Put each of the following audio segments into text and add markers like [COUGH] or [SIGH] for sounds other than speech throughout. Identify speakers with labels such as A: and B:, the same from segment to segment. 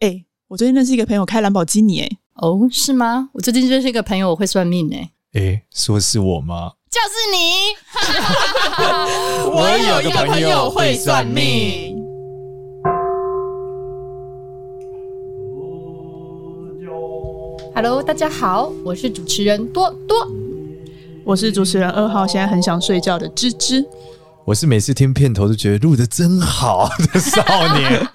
A: 哎、我最近认识一个朋友开兰博基尼、哎，
B: 哦，是吗？我最近认识一个朋友，我会算命哎、
C: 诶，说是我吗？
B: 就是你。
C: 我有一个朋友会算命。
B: Hello，大家好，我是主持人多多。
A: 我是主持人二号，现在很想睡觉的芝芝。
C: 我是每次听片头都觉得录的真好的少 [LAUGHS] 年。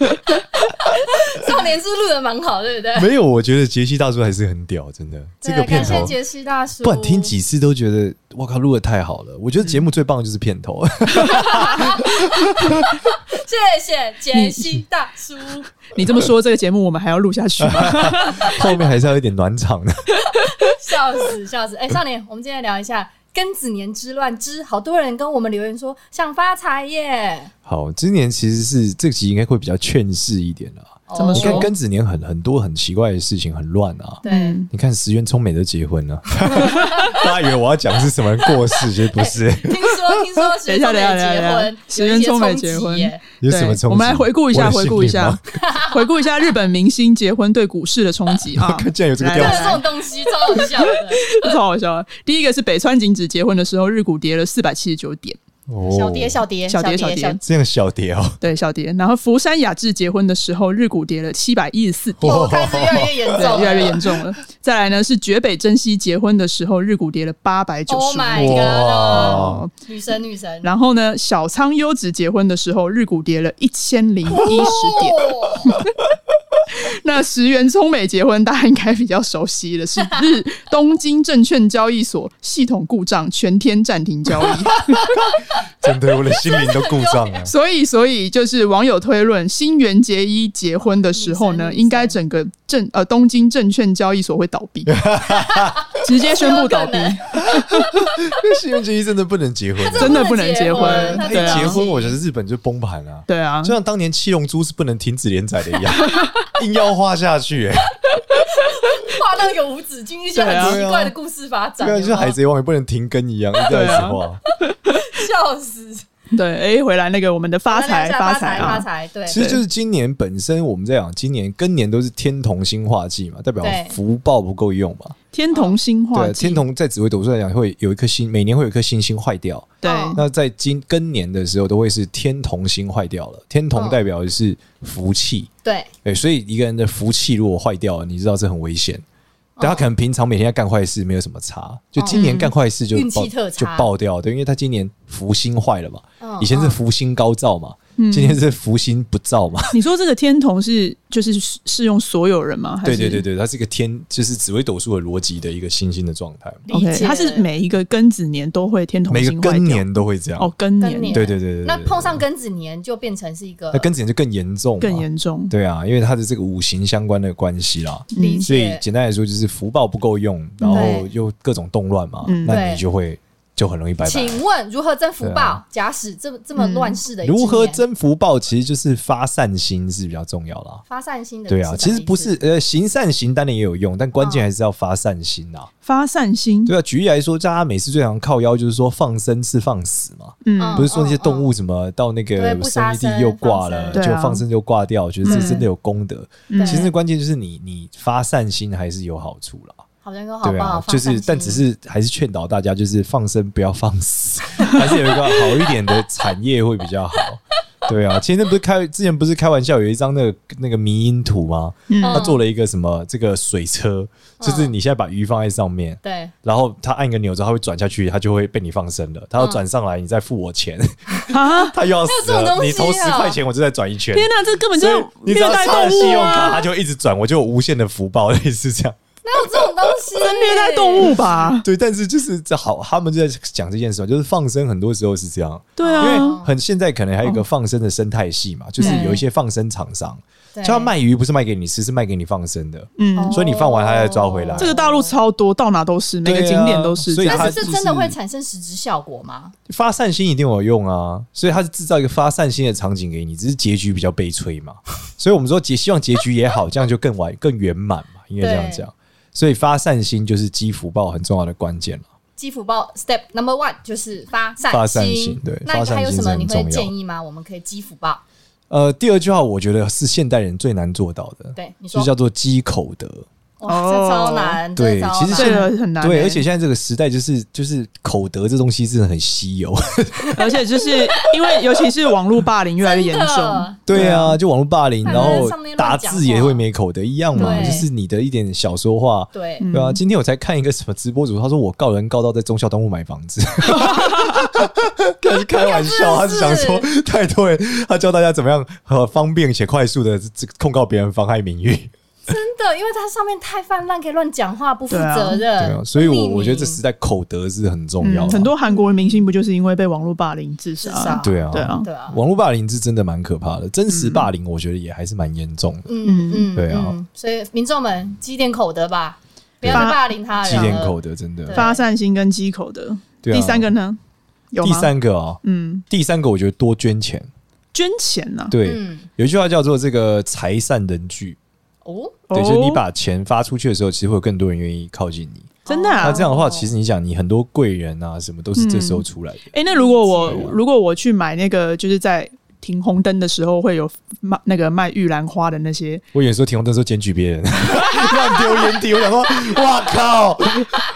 B: 少年是录的蛮好，对不对？
C: 没有，我觉得杰西大叔还是很屌，真的。这个片
B: 感谢
C: 头，
B: 杰西大叔。
C: 不然听几次都觉得哇靠，录的太好了。我觉得节目最棒的就是片 [LAUGHS] 头。
B: 谢谢杰西大叔。
A: 你这么说，这个节目我们还要录下去吗？
C: 后面还是要有一点暖场的。
B: 笑死笑死！哎、少年，我们今天聊一下庚子年之乱之，好多人跟我们留言说想发财耶。
C: 好，今年其实是这集应该会比较劝世一点啦。
A: 怎么
C: 你
A: 说
C: [LAUGHS] 看庚子年很很多很奇怪的事情，很乱啊。
B: 对，
A: 嗯
C: 你看石原聪美都结婚 [LAUGHS] 了，大家以为我要讲是什么人过 [LAUGHS] 世，其实不是。
B: 听
A: [LAUGHS]
B: 说听说石
A: 等一
B: 原
A: 下
B: 聪美
A: 等一下等
B: 结
A: 一下
B: 婚，
A: 石
B: 有一
A: 原
B: 些
A: 聪美
B: 冲
A: 结
B: 击
A: 婚
B: 耶
C: 有什么
A: 对
C: 冲击？
A: 我们来回顾一
C: 我
A: 下，
C: 的
A: 回
C: 心
A: 顾一
C: 灵吗
A: 下， [LAUGHS] 回顾一下日本明星结婚对股市的冲
C: [LAUGHS]
A: 击啊！
C: [LAUGHS] 竟然有这个
A: 来
C: 调
A: 来
C: 子
B: 真的这种东西超好笑的，
A: 这超好笑的。第一个是北川景子结婚的时候，日股跌了四百七十九点，
C: 哦
B: 小蝶小蝶
A: 小
B: 蝶
A: 跌哎小跌，
C: 这样小蝶哦，
A: 对小跌。然后福山雅治结婚的时候，日股跌了七百一十四点，
B: 我哦开始越来越严重了，
A: 对，越来越严重了。再来呢是绝北真希结婚的时候，日股跌了八百九
B: Oh
A: 十
B: my
A: 五。
B: god！
C: 哇
B: 女神女神，
A: 然后呢，小仓优子结婚的时候，日股跌了一千零一十点。
B: 哦
A: 那石原聪美结婚，大家应该比较熟悉的是日东京证券交易所系统故障，全天暂停交易。。
C: 真的，我的心灵都故障了
A: 所以，所以就是网友推论，新垣结衣结婚的时候
B: 女
A: 呢，
B: 神
A: 应该整个证呃东京证券交易所会倒闭，直接宣布倒闭
B: 有可，能
C: 新垣结衣真的不能结婚，啊
A: 真的不能结
B: 不能
A: 婚
B: 结，
C: 他
B: 婚
C: 一
A: 对
C: 结
A: 啊，
C: 婚，我觉得日本就崩盘了。
A: 对啊
C: 就，像当年《七龙珠》是不能停止连载的一样，硬要画下去、欸。
B: 画到有无止境，一些很
A: 啊
B: 奇怪的故事发展，
C: 对啊，就
B: 有
C: 像《
B: 没有
C: 海贼王》也不能停更一样，一直在一直画。
B: 笑死。
A: 对，哎、回来那个我们的发财
B: 我们来聊一下
A: 发
B: 财
A: 财
B: 发
A: 啊，
B: 财，对，
C: 其实就是今年本身我们在讲，今年跟年都是天同星化忌嘛，代表
B: 对
C: 福报不够用嘛。
A: 天同星化
C: 对，啊
A: 忌
C: 天同在紫微斗数来讲，会有一颗星，每年会有一颗星星坏掉。
A: 对
B: [LAUGHS] 哦
C: 那在今庚年的时候，都会是天同星坏掉了。天同
B: 嗯
C: 代表的是福气，
B: 对，
C: 对，所以一个人的福气如果坏掉了，你知道这很危险。但他可能平常每天在干坏事，没有什么差。就今年干坏事就
B: 嗯运气
C: 爆
B: 特
C: 就
B: 差
C: 爆掉，对，因为他今年福星坏了嘛，
B: 嗯
C: 以前是
B: 嗯
C: 福星高照嘛，
A: 嗯
C: 今天是福星不照嘛。
A: [LAUGHS] 你说这个天同是就是适适用所有人
B: 嗯
A: 吗？还
C: 对
A: 是
C: 对对对，它是一个天，就是紫微斗数的逻辑的一个星星的状态嘛。
B: 理
A: ，OK，
B: 解
A: 它是每一个庚子年都会天同
C: 每个
A: 星坏
C: 庚
A: 掉
C: 年都会这样。
A: 哦，庚
B: 庚
A: 年
B: 年
C: 对对对对对。
B: 那
C: 对
B: 碰上庚子年就变成是一个
C: 那庚子年就更严重，
A: 更。严重，嗯
C: 对啊，因为它的这个五行相关的关系啦。
B: 理
C: 所以
B: 解，
C: 简单来说，就是福报不够用，然后又各种动乱嘛，
A: 嗯
C: 那
B: 对
C: 你就会就很容易拜拜。
B: 请问如何征服
C: 对
B: 报
C: 啊？
B: 假使这么这么
A: 嗯
B: 乱世的一
C: 如何
B: 今年
C: 征服报，其实就是发善心是比较重要啦。
B: 发散心的？
C: 对啊，其实不是呃行善行当然也有用，但关键还是要发善心呐、
A: 发散
B: 嗯
A: 心，
C: 对啊，举例来说，大家每次最常靠腰就是说放生是放死嘛，
A: 嗯
C: 不是说那些动物什么到那
B: 对
C: 个
B: 不
C: 生
B: 杀
C: 一地
B: 生
C: 又挂
B: 放
C: 了，
B: 生
C: 就
A: 对啊
C: 放生就挂掉，觉得这
A: 嗯
C: 真的有功德。
A: 嗯
C: 其实关键就是你你发善心还是有好处啦。
B: 好像跟好
C: 对
B: 不好
C: 啊，
B: 发
C: 就
B: 散心？
C: 是，但只是还是劝导大家，就是放生不要放死，还是有一个好一点的产业会比较好。对啊，前阵不是开之前不是开玩笑有一张那个那个迷因图吗？
A: 嗯
C: 他做了一个什么这个水车，
B: 嗯
C: 就是你现在把鱼放在上面，
B: 对，
C: 然后他按一个钮之后，它会转下去，它就会被你放生了。它要转上来，你再付我钱， [LAUGHS]
A: 啊，
C: 它又要
B: 嗯这
C: 死
B: 种
C: 了。
B: 东西
C: 你投十
B: 啊
C: 块钱，我就再转一圈。
A: 天哪，这根本就
C: 所以你
A: 虐
C: 只要
A: 待
C: 插
A: 动
C: 了信
A: 物
C: 用卡，它
A: 啊！
C: 就一直转，我就有无限的福报， [LAUGHS] 类似这样。
B: 哪有这种东西？
A: 真虐待动物吧？
C: 对，但是就是这好，他们就在讲这件事嘛，就是放生，很多时候是这样，
A: 对
C: 因为
A: 啊，嗯
C: 很现在可能还有一个放生的生态系嘛，就是有一些放生厂商，
B: 对，
C: 就他卖鱼不是卖给你吃，是卖给你放生的，
A: 嗯，
C: 所以你放完它再抓回来
A: 哦这个大陆超多，到哪都是，每个
C: 对啊
A: 景点都是这
C: 所以
A: 样。
C: 它
B: 但是
C: 就是是
B: 真的会产生实质效果吗？
C: 发善心一定有用啊，所以他是制造一个发善心的场景给你，只是结局比较悲催 [LAUGHS] 嘛，所以我们说结希望结局也好，这样就更完更圆满嘛，应该这样
B: 对
C: 讲，所以发善心就是积福报很重要的关键了。
B: 基福报 step number one one 就是发散
C: 发散心对
B: 那
C: 发散
B: 还有
C: 心
B: 什
C: 是
B: 么
C: 很
B: 你会
C: 重要
B: 建议吗？我们可以基福报
C: 呃，第二句话我觉得是现代人最难做到的，
B: 对，你
C: 就
B: 说
C: 叫做积口德。
B: 哇，
A: 哦
B: 这超难，这
C: 对
B: 超
C: 其实
B: 难
A: 这个很难欸、
C: 对，而且现在这个时代就是就是口德这东西真的很稀 [LAUGHS] 有。
A: 而且就是 [LAUGHS] 因为，尤其是网络霸凌越来越严
B: 真
A: 重
B: 的，
C: 对啊，就网络霸凌，
B: 他
C: 然
B: 们
C: 后
B: 上面乱
C: 打
B: 讲
C: 字也
B: 话
C: 会没口德一样嘛，
B: 对
C: 就是你的一点小说话。
B: 对，
A: 嗯
C: 对啊，今天我才看一个什么直播主，他说我告人告到在忠孝东路买房子，可是开玩笑，他
B: 看
C: 是
B: 是
C: 想
B: 不是
C: 说太对，他教大家怎么样呃方便且快速的控告别人妨害名誉，
B: 真的，因为它上面太泛滥，可以乱讲话，不负
A: 对啊
B: 责
C: 对
B: 任。
C: 啊，所以
B: 呃匿
C: 我
B: 名
C: 我觉得这时代口德是很重要啊
A: 嗯，
C: 的，
A: 很多韩国明星不就是因为被网络霸凌自杀？
B: 自杀
C: 对啊
A: 对啊，
B: 对啊，
C: 网络霸凌是真的蛮可怕的，真实霸凌我觉得也还是蛮严重的，
B: 嗯嗯，
C: 对啊
B: 嗯，所以民众们积点口德吧，不
C: 对
B: 要再霸凌他了。
C: 积点口德真的
B: 对。
A: 发散性跟忌口的。
C: 对啊
A: 第三个呢？有
C: 第
A: 吗？
C: 三个啊，
A: 嗯，
C: 第三个我觉得多捐钱，
A: 捐钱呢、
C: 对，
B: 嗯，
C: 有一句话叫做这个财散人聚，
B: 哦，
C: 对，就是你
A: 哦
C: 把钱发出去的时候，其实会有更多人愿意靠近你。
A: 真的啊
C: 那
B: 哦嗯
C: 这样的话，其实你想，你很多贵人啊，什么都是这时候出来的。
A: 哎、那如果我
C: 理解
A: 如果我去买那个，就是在停红灯的时候会有卖那个卖玉兰花的那
C: [LAUGHS]
A: 些，
C: 我有时候停红灯的时候检举别人， [LAUGHS] 乱丢烟蒂，我想说，哇靠！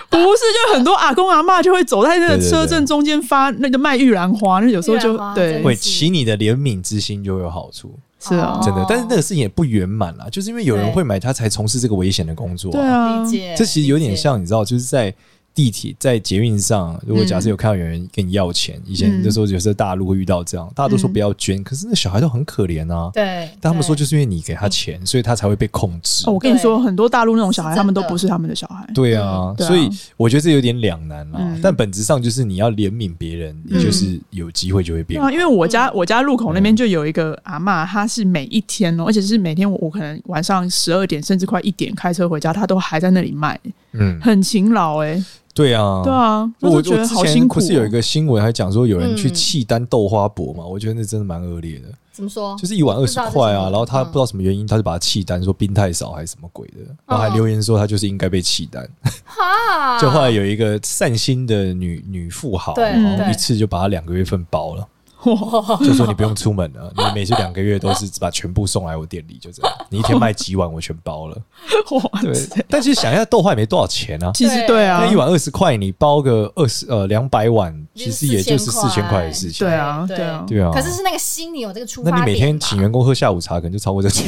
A: 不是就很多阿公阿妈就会走在那个
C: 对对对
A: 车阵中间发那个卖玉兰花，那有时候
B: 玉
A: 就
B: 兰花
A: 对
B: 真
C: 会起你的怜悯之心就会有好处，
A: 是啊
B: 哦，
C: 真的。但是那个事情也不圆满啦，就是因为有人
B: 对
C: 会买，他才从事这个危险的工作、
A: 对。啊
B: 理，解。
C: 嗯这其实有点像，你知道，就是在地铁、在捷运上，如果假设
B: 嗯
C: 有看到有人跟你要钱，以前
A: 嗯
C: 那时候有时候大陆会遇到这样，大家都说
A: 嗯
C: 不要捐，可是那小孩都很可怜啊。
B: 对，
C: 但他们说
B: 对
C: 就是因为你给他钱，所以他才会被控制。
A: 哦，我跟你说，很多大陆那种小孩，
B: 是真的
A: 他们都不是他们的小孩，
C: 对啊，
A: 嗯对啊
C: 所以我觉得这有点两难啦。
A: 嗯
C: 但本质上就是你要怜悯别人，
A: 嗯
C: 你就是有机会就会
A: 对
C: 变好
A: 啊，。因为我家我家路口那边
C: 嗯
A: 就有一个阿嬷，她是每一天哦，而且是每天我我可能晚上十二点甚至快一点开车回家，她都还在那里卖，
C: 嗯，
A: 很勤劳哎、
C: 对啊，
A: 对。啊，
C: 我
A: 就
C: 我
A: 觉得好
C: 之前
A: 辛苦、
C: 不
A: 哦。
C: 是有一个新闻还讲说有人去
B: 嗯
C: 契丹斗花博嘛？我觉得那真的蛮恶劣的，
B: 怎么说？
C: 就是一碗二
B: 不知
C: 十
B: 道
C: 块啊，
B: 这是什么
C: 然后他
B: 嗯
C: 不知道什么原因，他就把它契丹，说冰太少还是什么鬼的，然后还留言说他就是应该被契丹。
B: 哈，
C: 就后来有一个善心的女女富豪，
B: 对
C: 然后
B: 对
C: 一次就把她两个月份包了。
B: 哇
A: [LAUGHS]
C: 就说你不用出门了，你每次两个月都是把全部送来我店里，就这样。你一天卖几碗，我全包
A: [LAUGHS]
C: 了。
A: [LAUGHS] 哇
C: 对
A: 塞，，
C: 但其实想一下，豆花也没多少钱啊。
A: 其实对啊
C: 那一，碗二十块，你包个二十呃两百碗，
B: 就
C: 其
B: 是
C: 实也就是四
B: 4000
C: 千块的事情。
A: 对啊
B: 对
A: 对啊
C: 对啊
B: 可是是那个心里有这个出
C: 那
B: 发点吧。
C: 你每天请员工喝下午茶，可能就超过这钱。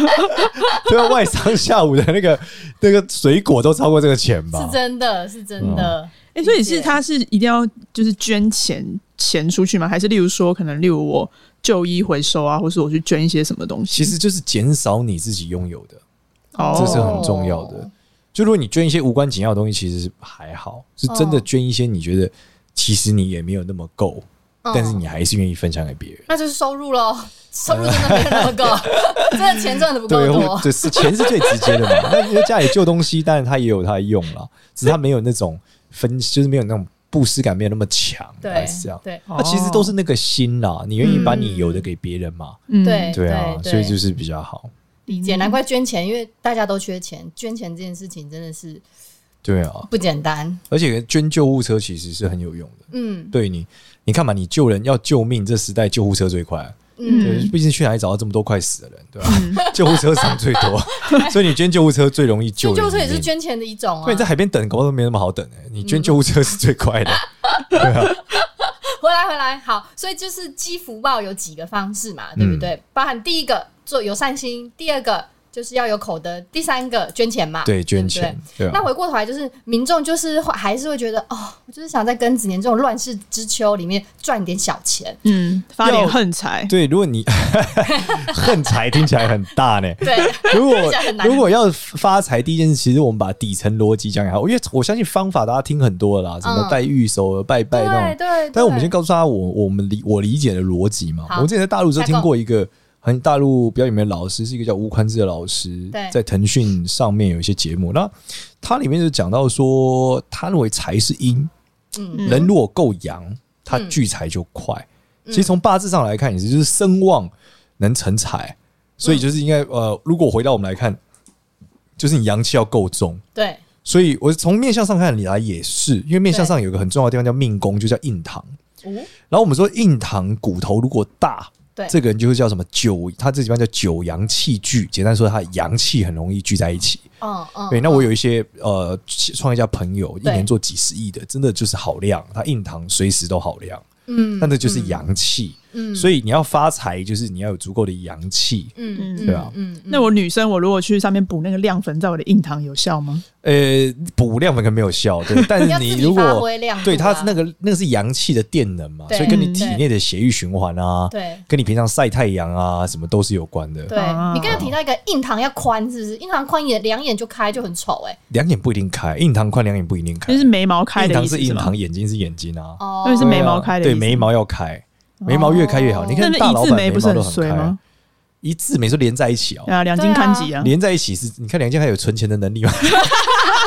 C: [LAUGHS] 对啊，外商下午的那个那个水果都超过这个钱吧嗯
B: 是？真的，是真的。
A: 哎、所以
B: 理解
A: 是他是一定要就是捐钱钱出去吗？还是例如说可能例如我就医回收啊，或是我去捐一些什么东西？
C: 其实就是减少你自己拥有的。
A: 哦，
C: 这是很重要
B: 哦
C: 的。就如果你捐一些无关紧要的东西，其实是还好，是真的
B: 哦
C: 捐一些你觉得其实你也没有那么够，
B: 嗯
C: 但是你还是愿意分享给别人。
B: 那就是收入喽，收入真的没有那么
C: [LAUGHS]
B: 够，真的钱赚的不够
C: 对，
B: 多
C: 或。者是钱是最直接的嘛。那你在家里旧东西，当然它也有它的用啦，只是它没有那种分，就是没有那种布施感没有那么强，大概
B: 对
C: 是这样。
B: 对
A: 哦
C: 那其实都是那个心啦，你愿意把你
B: 嗯
C: 有的给别人嘛？
A: 嗯
B: 对
C: 对啊，
B: 对
C: 所以就是比较好。
B: 理解，难怪捐钱，因为大家都缺钱，捐钱这件事情真的是
C: 对啊，
B: 不简单。
C: 而且捐救护车其实是很有用的。
B: 嗯
C: 对你，你看嘛，你救人要救命，这时代救护车最快啊、
B: 嗯，
C: 对，
A: 嗯
C: 毕竟去哪里找到这么多快死的人，对吧、 [LAUGHS] 救护车上最多，
B: [LAUGHS]
C: 所以你捐救护车最容易
B: 所
C: 救人
B: 以救
C: 一命。
B: 护车也是捐钱的一种
C: 不然
B: 啊
C: 你在。海边等，搞不好都没那么好等哎、你捐救护车是最快的，
B: 回来回来，好，所以就是积福报有几个方式嘛，对不
C: 嗯
B: 对？包含第一个做有善心，第二个就是要有口德，第三个捐钱嘛，
C: 对，捐
B: 不
C: 钱，对啊
B: 嗯那回过头来，就是民众就是会还是会觉得哦，我就是想在庚子年这种乱世之秋里面赚点小钱。
A: 嗯，发点
C: 要
A: 恨财，
C: 对，如果
B: [LAUGHS]
C: 你恨财听起来很大呢、
B: 对，
C: 如果
B: [LAUGHS] 听起来很难
C: 如果要发财，第一件事，其实我们把底层逻辑讲给他，因为我相信方法大家听很多了啦，什么
B: 嗯
C: 戴玉手啊拜拜那
B: 对
C: 种，
B: 对。
C: [LAUGHS] 但是我们
B: 对
C: 先告诉他我我们理我理解的逻辑嘛。我
B: 好
C: 之前在大陆的时候
B: 采购
C: 听过一个很大陆比较有名的老师，是一个叫吴宽志的老师
B: 对，
C: 在腾讯上面有一些节目。那他里面就讲到说，他认为财是阴，
B: 嗯
A: 嗯
C: 人如果够阳，他
B: 嗯
C: 聚财就快。
B: 嗯
C: 其实从八字上来看，也是就是声旺能成财，所以就是应
B: 嗯
C: 该呃，如果回到我们来看，就是你阳气要够重。
B: 对
C: 所以，我从面相上看，你来也是，因为面相
B: 对
A: 哦
C: 上有一个很重要的地方叫命宫，就叫印堂。
B: 五
C: 然后我们说印堂骨头如果大，
B: 对
C: 这个人就会叫什么九，他自己班叫九阳气聚，简单说他阳气很容易聚在一起。
B: 嗯
A: 哦
B: 嗯，
C: 对，那
B: 嗯
C: 我有一些呃创业家朋友，一
B: 对
C: 年做几十亿的，真的就是好量，他印堂随时都好量，
B: 嗯，
C: 但那就是阳气。
B: 嗯，嗯，
C: 所
B: 以
C: 以你要发财，就是你要有足够的阳气。
B: 嗯嗯
C: 对啊
B: 嗯，嗯
A: 那我女生，我如果去上面补那个亮粉，在我的印堂有效吗？
C: 呃，补量粉可能没有效，
B: [LAUGHS]
C: 对，但是
B: 要
C: 你
B: 自己
C: 如
B: 发
C: 果
B: 挥量度啊
C: 对它那个那个是阳气的电能嘛，
B: 对
C: 所以跟你
A: 嗯
C: 体内的血液循环啊，
B: 对。
C: 跟你平常晒太阳啊什么都是有关的。
B: 对
A: 啊
B: 你刚才提到一个印堂要宽，是不是？印堂宽也两眼就开就很丑哎、
C: 两眼不一定开，印堂宽，两眼不一定开。
A: 就是眉毛开
C: 印
A: 的意
C: 堂
A: 思
C: 是哎印
A: 吗
C: 堂，？眼睛是眼睛啊。
B: 哦，
A: 那是
C: 对啊
A: 眉毛开的意
C: 对，
A: 思
C: 眉毛要开，眉毛越开越好。
B: 哦
C: 你
A: 那
C: 看
A: 那
C: 大
A: 一
C: 老
A: 字
C: 板
A: 眉
C: 眉
A: 不是
C: 毛都
A: 衰
C: 开啊
A: 吗？？
C: 一字眉是连在一起哦
A: 对，啊，两斤看几啊？
C: 连在一起是，你看梁家还有存钱的能力吗？ [LAUGHS]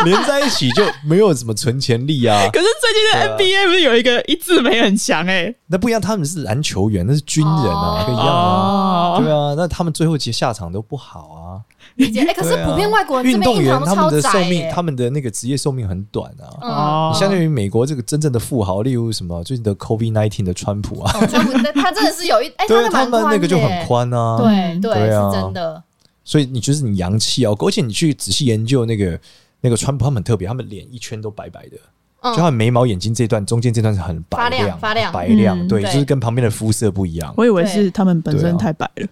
C: 连在一起就没有什么存钱力啊。
A: 可是最近的 NBA 不是有一个一字眉很强哎？
C: 那不一样，他们是篮球员，那是军人啊，
B: 哦
C: 跟一样啊。对
A: 哦，
C: 啊，那他们最后其实下场都不好啊。
B: 理解哎、可是
C: 对啊
B: 普遍外国人这
C: 运
B: 边
C: 动
B: 印
C: 员
B: 堂
C: 他
B: 超
C: 们的
B: 窄、
C: 寿命，
B: 欸，
C: 他们的那个职业寿命很短啊。
B: 嗯，
A: 哦
C: 你相对于美国这个真正的富豪，例如什么最近的 COVID nineteen 的川普啊，
B: 哦川普那他真的是有一哎、
C: 对啊，
B: 的
C: 他
B: 蛮
C: 们
B: 宽的、
C: 那个就很，宽啊。
B: 对对
C: 对啊
B: 是真的，
C: 所以你就是你阳气要够，而且你去仔细研究那个那个川普，他们很特别，他们脸一圈都白白的，
B: 嗯
C: 就他们眉毛、眼睛这段中间这段是很白
B: 发亮
C: 亮、
B: 发亮
C: 白亮，
A: 嗯
C: 对，
B: 对
C: 就是跟旁边的肤色不一样，
A: 我以为是他们本
C: 对
A: 身
C: 啊
A: 太白了，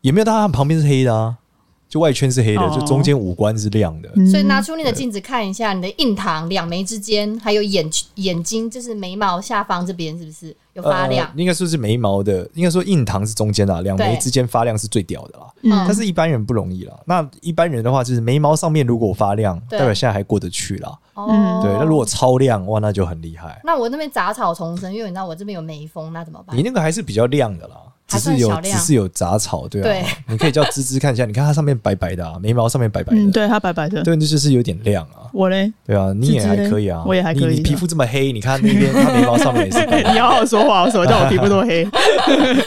C: 也没有到他们旁边是黑的啊，就外圈是黑的，
A: 哦
C: 就中间五官是亮的。
A: 嗯
B: 所以拿出你的镜子看一下，你的印堂、两眉之间，还有眼眼睛，就是眉毛下方这边，是不是有发亮？
C: 呃，应该说是眉毛的，应该说印堂是中间啊，两眉
B: 对
C: 之间发亮是最屌的啦。
A: 嗯
B: 嗯
C: 但是一般人不容易啦。那一般人的话，就是眉毛上面如果发亮，
B: 对
C: 代表现在还过得去啦。
B: 哦，
C: 嗯对，那如果超亮，哇，那就很厉害。
B: 那我那边杂草丛生，因为你知道我这边有眉峰，那怎么办
C: 你？那个还是比较亮的啦，只
B: 还
C: 是
B: 算
C: 有
B: 小
C: 只
B: 亮
C: 是有杂草，对啊，
B: 对
C: 你可以叫芝芝看一下，你看它上面白白的、啊，眉毛上面白白的，
A: 嗯，对他白白的。
C: 对，那就是有点亮啊，
A: 我嘞， [LAUGHS]
C: 对啊，你
A: 芝
C: 也
A: 芝
C: 还
A: 嘞
C: 可以啊，
A: 我也还可
C: 你
A: 以
C: 你
A: 啊
C: 皮肤这么黑，你看那边它眉毛上面也是白
A: [LAUGHS] 你
C: 的，
A: 好好说话，好说，但我皮肤都
C: [LAUGHS]
A: 黑，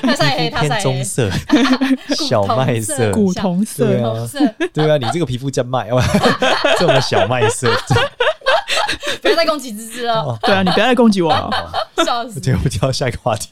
B: 他晒黑，他晒
C: 偏
B: 黑
C: 棕，色、 [LAUGHS] 小麦色，
A: 古铜色
C: 对。啊
B: 红色，
C: 对啊，你这个皮肤叫麦， [LAUGHS] 哇这种小麦色，
B: 不要再攻击芝芝了，
C: 哦
A: 对啊，你不要再攻击我了。
C: [LAUGHS] 好
B: 笑死！
C: 对，我们跳下一个话题。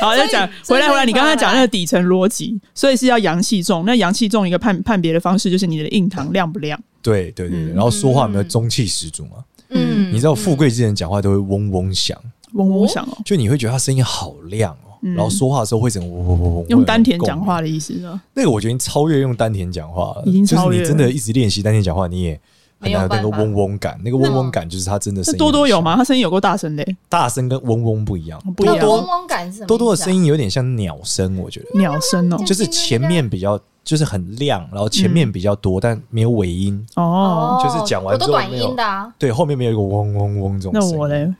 A: 好，
B: 所
A: 再
B: 以
A: 讲
B: 所
A: 回
B: 以
A: 来
B: 可以
A: 回来，你
B: 放
A: 刚才
B: 回
A: 讲
B: 来
A: 那个底层逻辑，所以是要阳气重。那阳气重一个判判别的方式就是你的印堂亮不亮？
C: 对对对对，
A: 嗯
C: 然后说话有没有中气十足嘛？
B: 嗯，
C: 你知道富贵之人讲话都会嗡嗡响，
A: 嗡嗡响哦，
C: 就你会觉得他声音好亮哦，
A: 嗯
C: 然后说话的时候会整个嗡嗡嗡嗡，
A: 用
C: 会有
A: 丹田
C: 共鸣
A: 讲，话的意思呢？
C: 那个我觉得已经超越用丹田讲话了，
A: 已经超越
C: 就是你真的一直练习丹田讲话，你也很难有那
B: 没
C: 个
B: 有办法
C: 嗡嗡感，那个嗡嗡感就是他真的声
A: 这
C: 音
A: 多多有
C: 很响？
A: 吗？他声音有够大声的欸，
C: 大声跟嗡嗡不一样，
A: 不一样
B: 那嗡嗡感是什么意思啊？
C: 多多的声音有点像鸟声，我觉得
A: 鸟声哦
B: 啊
C: 就
B: 就，
C: 是前面比较就是很亮，然后
A: 嗯
C: 前面比较多，但没有尾音。
A: 哦，
C: 就是讲完
B: 我
C: 之
B: 都
C: 后没有
B: 短音的啊，
C: 对，后面没有一个嗡嗡嗡这种
A: 那
C: 声音。
A: 我嘞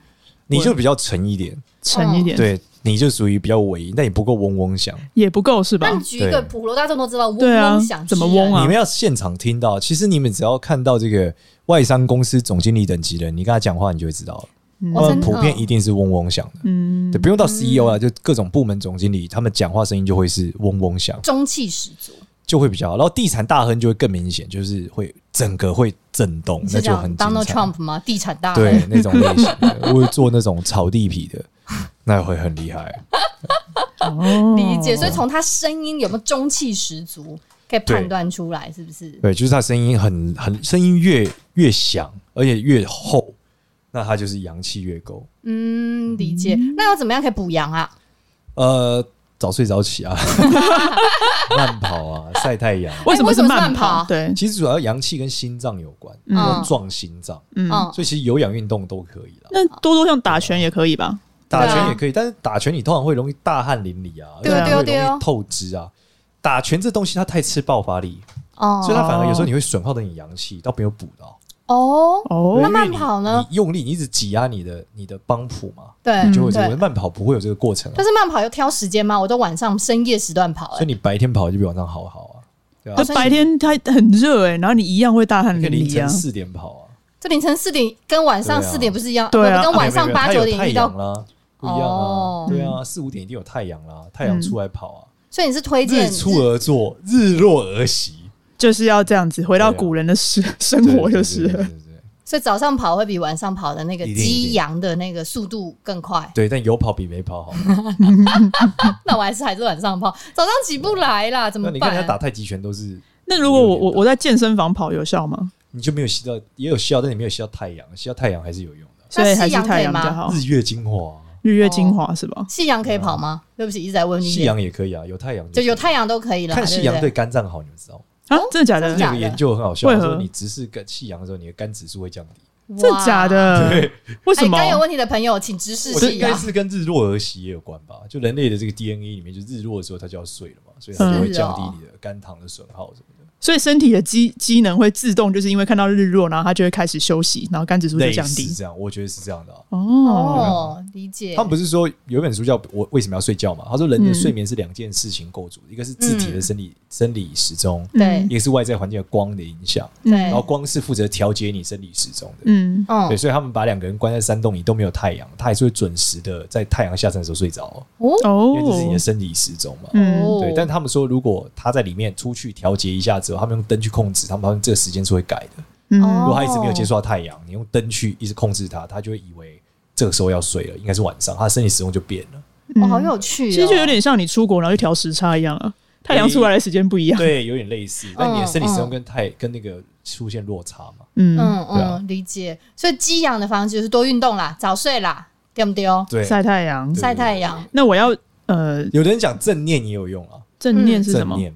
C: 你就比较沉一点，
A: 沉一点，，
C: 对，你就属于比较尾音，但你不够嗡嗡响。
A: 也不够是吧
B: 那？你举一
C: 对
B: 个普罗大众都知道嗡
A: 对啊
B: 嗡响之
A: 怎
B: 人，
A: 么嗡啊
C: 你们要现场听到，其实你们只要看到这个外商公司总经理等级的人，你跟他讲话，你就会知道了。
A: 嗯
C: 他
B: 我
C: 们
B: 哦真的哎
C: 普遍一定是嗡嗡响的，
A: 嗯
C: 对，，不用到 CEO 啊，就各种部门总经理，他们讲话声音就会是嗡嗡响，
B: 中气十足，
C: 就会比较好。然后地产大亨就会更明显，就是会整个会震动，那
B: 是这
C: 就
B: 样
C: 很精
B: Donald
C: 彩。
B: Trump 吗？地产大亨
C: 对，那种类型的， [LAUGHS] 会做那种炒地皮的，那会很厉害。
A: 哦
B: 理解，所以从他声音有没有中气十足，可以判断出来是不是？
C: 对，就是他声音很很，声音越越响，而且越厚，那他就是阳气越够。
B: 嗯，理解。那要怎么样可以补阳啊？
C: 呃，早睡早起啊， [LAUGHS] 慢跑啊，晒太阳。
A: 为什么是
B: 哎为什么是慢
A: 跑？
B: 跑
A: 对，
C: 其实主要阳气跟心脏有关，
A: 嗯
C: 要壮心脏，
A: 嗯，
B: 嗯，
C: 所以其实有氧运动都可以啦。
A: 那多多像打拳也可以吧？
C: 打
B: 对啊
C: 拳也可以，但是打拳你通常会容易大汗淋漓啊，而
B: 对
A: 啊
C: 且会
B: 对啊对
C: 容
B: 啊
C: 易透支啊。打拳这东西它太吃爆发力，所以
B: 哦
C: 它反而有时候你会损耗到你阳气，倒没有补到。
B: 哦，
A: 哦
B: 那
C: 因为你
B: 慢跑呢？
C: 你用力，你一直挤压你的你的帮浦嘛，
B: 对
A: 你
C: 哎就会有这个
B: 嗯对。
C: 慢跑不会有这个过程啊、
B: 但是慢跑又挑时间吗？我都晚上深夜时段跑，
C: 所
B: 哎
C: 以，你白天跑就比晚上好好啊，对吧、
A: 就白天它很热哎，然后你一样会大汗
C: 你可以
A: 淋
C: 凌
A: 漓
C: 晨
A: 啊。
C: 四点跑啊，
B: 这凌晨四点跟晚上
C: 对啊
B: 四点不是一样？
A: 对啊
B: 不跟晚上
C: 没有没有
B: 八
C: 它有
B: 九点
C: 太
B: 遇到
C: 阳，啦，不一样啊，
B: 哦
C: 对啊，四五点一定有太阳啦，太阳出来跑啊，
B: 所以你是推荐
C: 日出而作，日落而息，
B: [LAUGHS]
A: 就是要这样子，回到
C: 对啊
A: 古人的生生
C: 对
A: 活就是
C: 对
A: 了
C: 对对对对
B: 所以早上跑会比晚上跑的那个
C: 一定一
B: 激
C: 定
B: 扬的那个速度更快。
C: 对，但有跑比没
B: [LAUGHS]
C: 跑好。
B: 那我还是还是晚上跑，早上起不来啦，怎么
C: 那你看
B: 办
C: 人家？打太极拳都是，
A: 那如果我
C: 有点
A: 我我在健身房跑有效吗？
C: 你就没有吸到，也有吸到，但你没有吸到太阳，吸到太阳还是有用的，
A: 所以还是
B: 夕阳可
A: 太
B: 以
A: 阳比较
B: 吗
A: 好，
C: 日月精华啊，
A: 日月精华是吧？
B: 夕阳可以跑吗？对不起，一直在问你
C: 夕，阳也可以啊，有太阳
B: 哦就有
C: 行
B: 太阳都可以了嘛，
C: 看
B: 对
C: 夕
B: 不
C: 阳对
B: 对？
C: 肝脏好，你们知道吗？
A: 啊，真的假的
B: 哦真？的假
C: 有研究很好笑，
A: 为
C: 他
A: 何
C: 说你直视肝夕阳的时候，你的肝指数会降低。
A: 真的假
B: 哇？ [LAUGHS]
A: 的？为什
B: 哎，
A: 么？
B: 刚有问题的朋友，请直视
C: 我觉得应
B: 夕
C: 该
B: 阳。
C: 是跟日落而息也有关吧，就人类的这个 DNA 里面，就日落的时候它就要睡了嘛，所以它
A: 嗯
C: 就会降低你的肝糖的损耗什么的。
A: 所以身体的机机能会自动，就是因为看到日落，然后它就会开始休息，然后肝指数就
C: 类
A: 降
C: 似
A: 低。
C: 这样，我觉得是这样的啊、
A: 哦，
B: 哦，理解。
C: 嗯他们不
B: 是
C: 是说有一本书叫《我为什么要睡觉》嘛？他说
A: 嗯
C: 人的睡眠是两件事情构筑，一个是自体的生理、生理时钟，
B: 对
C: 一个是外在环境的光的影响。
B: 对
C: 然后光是负责调节你生理时钟的，
A: 嗯，
B: 嗯
C: 对，所以他们把两个人关在山洞里都没有太阳，他还是会准时的在太阳下山的时候睡着哦，
B: 哦
A: 哦
C: 因为这是你的生理时钟嘛。
A: 嗯，
C: 对，但他们说，如果他在里面出去调节一下之后，他们用灯去控制，他们发现这个时间是会改的。
A: 嗯
B: 哦
C: 如果他一直没有接触到太阳，你用灯去一直控制他，他就会以为这个时候要睡了，应该是晚上，他的生理时钟就变了。
B: 哦好有趣哦，
A: 其实就有点像你出国然后去调时差一样啊，太阳出来的时间不一样。
C: 对，有点类似，但你的生理时钟
B: 嗯
C: 跟太跟那个出现落差嘛。
A: 嗯，
B: 嗯
C: 对啊
B: 嗯，理解。所以激扬的方式就是多运动啦，早睡啦，对不对？
C: 对，
A: 晒太阳。
C: 对
B: 晒太阳，
A: 那我要呃，
C: 有的人讲正念也有用啊，
A: 正念是什
C: 正
A: 么？
C: 念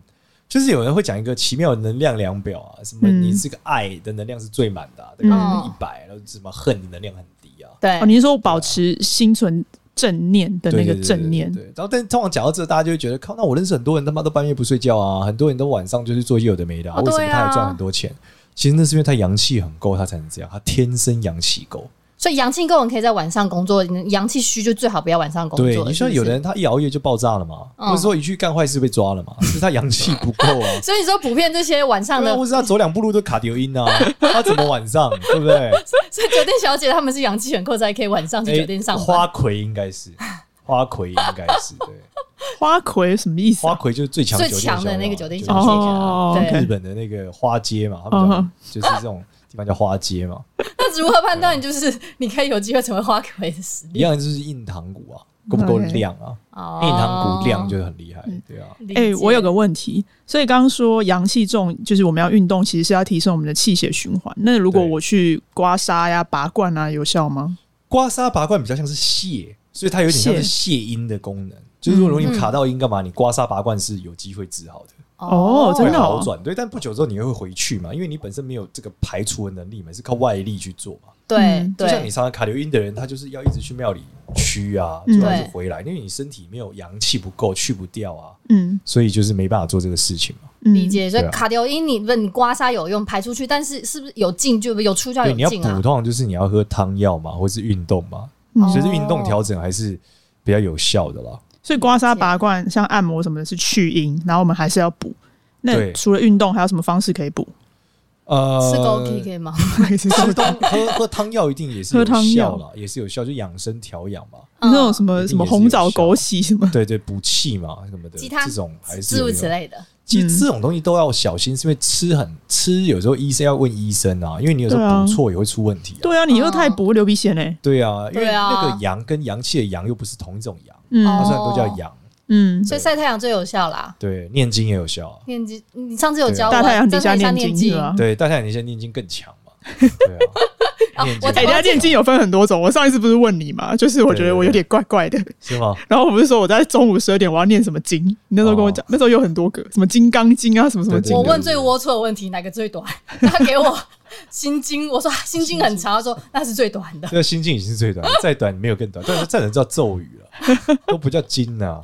C: 就是有人会讲一个奇妙的能量量表啊，什么
A: 嗯
C: 你这个爱的能量是最满的、啊，大概
B: 嗯
C: 一百，然后什么恨的能量很低啊。
B: 对
A: 哦，，你是说保持心存正念的那
C: 对
A: 个
C: 对对
A: 正念
C: 对，对对然后但通常讲到这，大家就会觉得靠，那我认识很多人他妈都半夜不睡觉啊，很多人都晚上就是做有的没的、
B: 哦
C: 为什
B: 对
C: 么他
B: 啊
C: 还赚很多钱？其实那是因为他阳气很够，他才能这样，他天生阳气够。
B: 所以阳气够，你可以在晚上工作；阳气虚，就最好不要晚上工作。
C: 对，你
B: 是
C: 说
B: 不是
C: 有的，人他一熬夜就爆炸了嘛，
B: 嗯。
C: 或者说一去干坏事被抓了嘛，是他阳气不够啊
B: 所以你说普遍 [LAUGHS] 这些晚上
C: 对
B: 的
C: 啊，，或者他走两步路都卡丢音啊，他怎么晚上对不
B: [LAUGHS]
C: 对？
B: 所以酒店小姐她们是阳气很够，才可以晚上去酒店上
C: 诶哎
B: 班。
C: 花魁应该是，花魁应该是对，
A: 花魁什么意思
C: 花
A: 啊？
C: 魁就是最强
B: 最
C: 酒店啊
B: 强的
C: 小
B: 那个
C: 姐
B: 酒店
C: 就
B: 小
C: 是
B: 姐
A: 哦
B: 对
C: 日本的那个花街嘛，他们
A: 嗯哼
C: 讲就是这种地方叫花街
A: [LAUGHS]
C: 嘛，
B: 那如何判断？就是你可以有机会成为花魁的实
C: 一
B: 力。
C: 样就是硬糖骨啊，够不够
A: 嗯 OK
C: 亮啊？
B: 哦
C: 硬糖骨亮就很厉害，对啊。
B: 理
A: 哎、
B: 解
A: 我有个问题，所以刚刚说阳气重，就是我们要运动，其实是要提升我们的气血循环。那如果
C: 对
A: 我去刮痧呀、拔罐啊，有效吗？
C: 刮痧拔罐比较像是泻，所以它有点像是泻阴的功能。就是如果你卡到阴干嘛，你刮痧拔罐是有机会治好的，
A: 哦真
C: 会
A: 的哦
C: 好转。对，但不久之后你又会回去嘛，因为你本身没有这个排除的能力嘛，是靠外力去做嘛。
B: 对
A: 嗯
C: 就像你
B: 对
C: 常常卡留音的人，他就是要一直去庙里驱啊，
A: 嗯
C: 最后还是回来，因为你身体没有阳气不够，去不掉啊，
A: 嗯，
C: 所以就是没办法做这个事情嘛。
A: 嗯
B: 理。解。所以
C: 对啊
B: 卡丢因你不是你刮痧有用排出去，但是是不是有进就有出就要
C: 对，你要
B: 有进
C: 补，
B: 啊？
C: 通常就是你要喝汤药嘛，或是运动嘛，
A: 嗯
C: 所以是运动调整还是比较有效的啦。
A: 所以刮痧、拔罐、像按摩什么的是去阴，然后我们还是要补。那
C: 对
A: 除了运动，还有什么方式可以补？
C: 呃，
B: 吃枸杞可以吗？
C: 喝汤 [LAUGHS] 喝喝汤药一定也是
A: 喝
C: 有
A: 汤
C: 效
A: 药
C: 啦，也是有效，就养生调养嘛，
A: 那种什么
C: 一定也是
A: 什么红枣枸杞什么，
C: 对对，补气嘛什么的，
B: 鸡汤
C: 这种还是
B: 哦诸
C: 有
B: 如
C: 用
B: 此类的。
C: 其实
A: 嗯
C: 这种东西都要小心，是因为吃很吃，有时候医生要问医生啊，因为你有时
A: 对啊
C: 候补错也会出问题啊。
A: 对啊，你又太补会流鼻血嘞。
C: 对啊，因为
B: 对啊
C: 那个阳跟阳气的阳又不是同一种阳，它
A: 嗯
B: 哦
C: 虽然都叫阳，
A: 嗯，
B: 所以晒太阳最有效啦。
C: 对，念经也有效啊。
B: 念经，你上次有
C: 对
B: 教我
A: 大太阳底
B: 真的
A: 下
B: 很像
A: 念
B: 念
A: 经是吧？
C: 对，大家你现在念经更强
B: [LAUGHS]
C: 嘛？对啊，念经
B: 哦我
A: 哎，大家念经有分很多种。我上一次不是问你嘛，就是我觉得我有点怪怪的。
C: 是吗？
A: 然后我不是说我在中午十二点我要念什么经，你那时候跟我讲，那时候有很多个，什么《金刚经》啊，什么什么
C: 对
A: 经
B: 我
C: 对。
B: 问最龌龊的问题，哪个最短？他给我心经，我说啊心经很长，他说那是最短的。
C: 这个心经已经是最
B: [LAUGHS]
C: 短，再短没有更短，但是再短叫咒语了，都不叫经啊。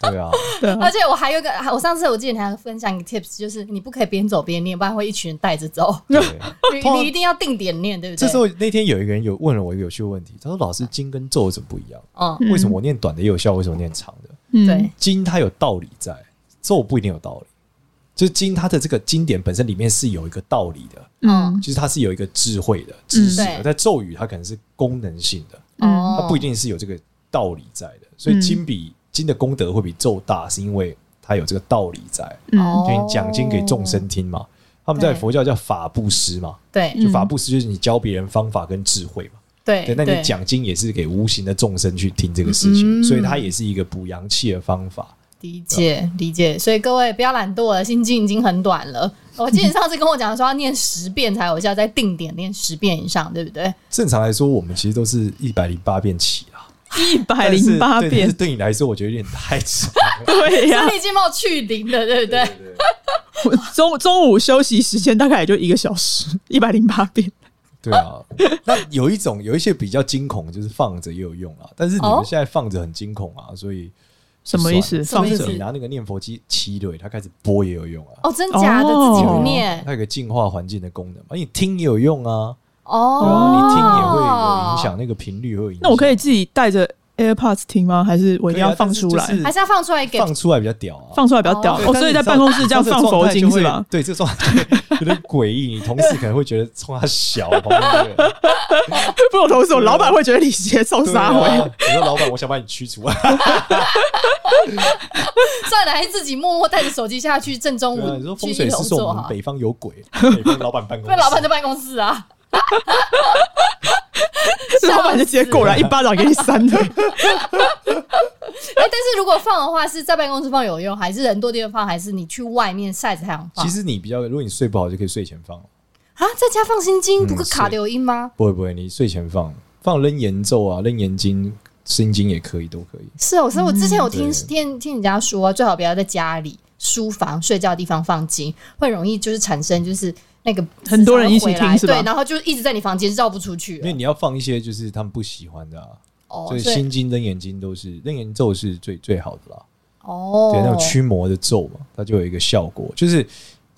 C: 对
B: [LAUGHS]
C: 啊，
A: 对啊
B: 而且我呃还有一个，我上次我记得你还分享一个 tips，就是你不可以边走边念，不然会一群人带着走。
C: 对。
B: 你
C: 通常
B: 你一定要定点念，对不对？
C: [LAUGHS] 这时候那天有一个人有问了我一个有趣的问题，他说：“老师，经跟咒怎么不一样？
B: 嗯，
A: 嗯
C: 为什么我念短的也有效，为什么念长的？”
A: 嗯
B: 对，
C: 经它有道理在，咒不一定有道理。就是经它的这个经典本身里面是有一个道理的，
B: 哦
A: 嗯
C: 就是它是有一个智慧的知识的。
B: 嗯对
C: 在咒语它可能是功能性的，
A: 嗯
B: 哦，
C: 它不一定是有这个道理在的。所以
A: 嗯
C: 经比经的功德会比咒大，是因为它有这个道理在。
A: 嗯
B: 哦
C: 就你讲经给众生听嘛，他们在
B: 对
C: 佛教叫法布施嘛，
B: 对
C: 就法布施就是你教别人方法跟智慧嘛。
B: 对
C: 对，那你讲经也是给无形的众生去听这个事情，
B: 嗯
C: 所以它也是一个补阳气的方法。
B: 理解理解，所以各位不要懒惰了，心经已经很
C: [LAUGHS]
B: 短了。我记得你上次跟我讲说要念十遍才有效，在定点念十遍以上，对不
C: [LAUGHS]
B: 对？
C: 正常来说，我们其实都是一百零八遍起啊，
A: 一百
C: 但是
A: 零八
C: 对但是
A: 遍，
C: 对你来说，我觉得有点太长。
A: 对呀、
B: 这里已经没有去零了，对不对？
A: 我中中午休息时间大概也就一个小时，一百零八遍。[LAUGHS]
C: 对啊，那有一种有一些比较惊恐，就是放着也有用啊。但是你
B: 哦
C: 们现在放着很惊恐啊，所以
A: 什么意思？
B: 什么
A: 放
B: 意思
A: 着
C: 你拿那个念佛机七对，它开始播也有用啊。
B: 哦，真假的，
A: 哦
B: 自己不念
C: 它有个净化环境的功能嘛，你听也有用啊，
B: 哦
C: 对啊，你听也会有影响，，那个频率会有影响。
A: 那我可以自己带着 AirPods 听吗？还是我一定
C: 对啊
A: 要放出来？
C: 但是就
B: 还是要放出来给
C: 放出来比较屌啊。
A: 放出来比较屌。
B: 哦
A: 哦，所以在办公室这样放佛经是
C: [LAUGHS]
A: 吧？？
C: 对，这个状态有点诡异，你同事可能会觉得冲
A: [LAUGHS]
C: 他小，啊旁边那个人
A: 不，我同事，我老板会觉得你直接送
C: 对
A: 杀回。
C: 啊你说老板，我想把你驱除啊！
B: 算了，还是自己默默带着手机下去正中
C: 对啊，你说
B: 哦午
C: 风
B: 去一
C: 水
B: 楼
C: 师说
B: 做
C: 我们
B: 好，
C: 北方有鬼，北方老板办公
B: [LAUGHS] 被
C: 室，
B: 老板在办公室啊，
A: [LAUGHS] 老板就直接过来一巴掌给你扇的。
B: 哎、但是如果放的话，是在办公室放有用，还是人多地方放，还是你去外面晒着太阳放？
C: [LAUGHS] 其实你比较，如果你睡不好，就可以睡前放。
B: 啊，在家放心经
C: 嗯
B: 不会卡
C: 是
B: 流音吗？
C: 不会不会，你睡前放放楞严咒啊、楞严经、心经也可以，都可以。
B: 是哦，所以我之前有听、
C: 嗯对
B: 听听人家说，最好不要在家里、书房、睡觉的地方放经，会容易就是产生就是那个
A: 很多人一起
B: 思
A: 听
B: 想会回来
A: 是吧
B: 对，然后就一直在你房间绕不出去
C: 因为
B: 了。
C: 你要放一些就是他们不喜欢的、啊，
B: 啊哦，
C: 所以
B: 所以
C: 心经、楞严经都是楞严咒是最最好的啦。
B: 哦，
C: 对，那种驱魔的咒嘛，它就有一个效果，就是。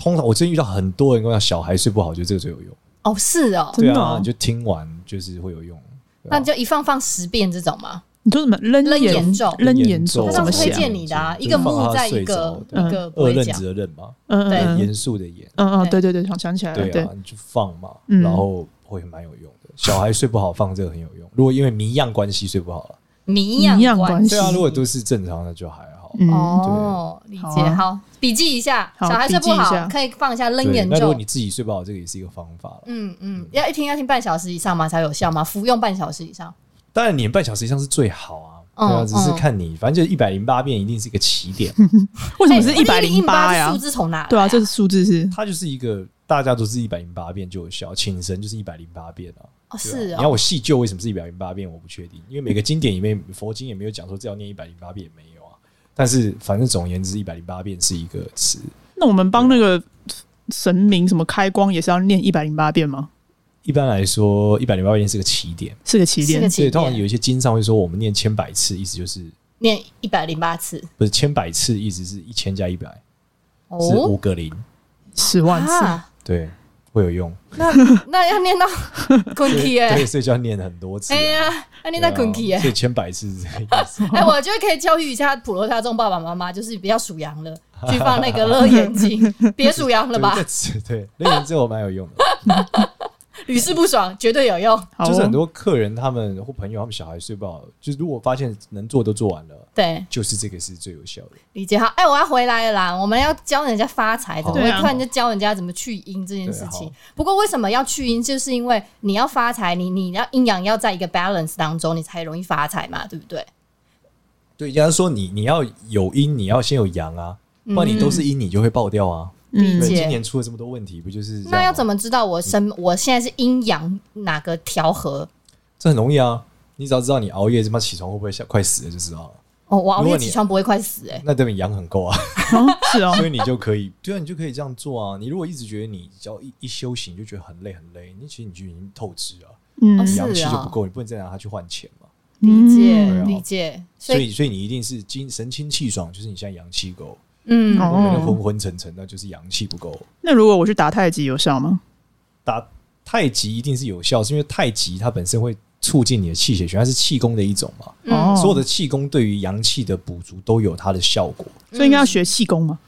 C: 通常我真遇到很多人跟我讲，小孩睡不好，就这个最有用。
B: 哦是哦，
A: 真
C: 对
A: 的哦
C: 啊，你就听完就是会有用。对啊
B: 那就一放放十遍这种吗？
A: 你说什么？
B: 楞
A: 楞
B: 严
A: 严
B: 咒
A: 楞严咒
B: 他
A: 怎
B: 上
A: 么
B: 次推
A: 写啊？
B: 荐你的啊，
C: 就是
B: 一个
C: 放
B: 木
C: 他
B: 在一
C: 睡
B: 个
C: 着
A: 对
B: 一呃个不
C: 二
B: 会
C: 认
B: 讲
C: 子的认嘛，
A: 嗯
B: 对
A: 嗯
C: 严肃的严，
A: 嗯嗯，对对对，想想起来了，
C: 对
A: 对
C: 啊，，你就放嘛，
A: 嗯
C: 然后会蛮有用的。小孩睡不好放这个很有用，如果因为迷样关系睡不好了，
B: 谜
A: 谜样
B: 关
A: 关系
C: 对啊，如果都是正常的就还好。
A: 嗯，
B: 哦，理
A: 好
B: 解
A: 啊
B: 好，笔记一下，
A: 好
B: 小孩睡不
A: 笔记一
B: 好
A: 下
B: 可以放一下
C: 对
B: 楞严
C: 那如
B: 咒
C: 果。你自己睡不好，这个也是一个方法了。
B: 嗯嗯，要一听要听半小时以上嘛才有效嘛，服用半小时以上。
C: 当然，你半小时以上是最好啊。
B: 嗯
C: 对啊，只是
B: 嗯
C: 看你，反正就一百零八遍一定是一个起点，
A: 为什么是
B: 哎
A: 一百零八
B: 108
A: 呀
B: 数？字从哪来？
A: 对啊，这数字是
C: 它就是一个大家都是一百零八遍就有效，请神就是一百零八遍啊。对啊
B: 哦是
C: 你要
B: 哦，
C: 我细究为什么是一百零八遍，我不确定，因为每个经典里面佛经也没有讲说这要念一百零八遍，也没有啊。但是反正总而言之，一百零八遍是一个词，
A: 那我们帮那个神明什么开光也是要念一百零八遍吗？
C: 一般来说，一百零八遍是个起点，
A: 是个起
B: 是个
A: 点
B: 起
C: 所以通常
B: 点
C: 有一些经上会说我们念千百次，意思就是
B: 念一百零八次
C: 不是千百次，意思是一千加一百是
B: 哦
C: 五，个零，
A: 十万次。
B: 啊
C: 对，会有用，
B: 那那要
C: [LAUGHS]
B: 念到滚
C: 对，
B: 题耶
C: 对，！所以就要念很多次啊、
B: 哎
C: 对啊，
B: 呀，要念到滚题耶
C: [LAUGHS] 所！以千百次是这个意思。
B: 哎，我觉得可以教育一下普罗大众爸爸妈妈，就是不要数羊了，去
C: [LAUGHS]
B: 放那个乐眼睛，别数羊了
C: 对
B: 吧
C: 这，次对，那个之后蛮有用
B: [LAUGHS]
C: 的。
B: 屡试不爽，绝对有用。
A: 好哦，
C: 就是很多客人他们或朋友他们小孩睡不好，就是如果发现能做都做完了，
B: 对，
C: 就是这个是最有效的。
B: 理解好，哎、我要回来了啦！我们要教人家发财，怎么会
A: 对啊
B: 突然就教人家怎么去阴这件事
C: 对
B: 情？
C: 好
B: 不过为什么要去阴，就是因为你要发财，你你要阴阳要在一个 balance 当中，你才容易发财嘛，对不对？
C: 对，人家说你你要有阴，你要先有阳啊，不然你都是阴，你就会爆掉啊。
A: 嗯
B: 嗯理
C: 对，
B: 解
C: 今年出了这么多问题，不就是啊这样吗
B: 那要怎？么知道我生我现在是阴阳哪个调和？
C: 这很容易啊，你只要知道你熬夜他妈起床会不会吓快死了就知道了。
B: 哦，我熬
C: 如
B: 夜
C: 果你
B: 起床不会快死哎、
C: 那代表阳很够啊， [LAUGHS]
A: 哦是哦，
C: 所以你就可以，对啊，你就可以这样做啊。你如果一直觉得你只要一一休息你就觉得很累很累，你其实你就已经透支了，
A: 嗯
C: 你
B: 是
C: 阳气就
B: 啊
C: 不够，你不能再拿它去换钱嘛。
B: 理解、
A: 嗯
C: 对啊
B: 理解，所
C: 所
B: 以
C: 以，所以你一定是精神清气爽，就是你现在阳气够。
B: 嗯，
A: 哦
C: 我们昏昏沉沉，那就是阳气不够。
A: 那如果我去打太极有效吗？
C: 打太极一定是有效，是因为太极它本身会促进你的气血循环，它是气功的一种嘛。
B: 嗯
A: 哦
C: 所有的气功对于阳气的补足都有它的效果。
A: 所以应该要学气功吗？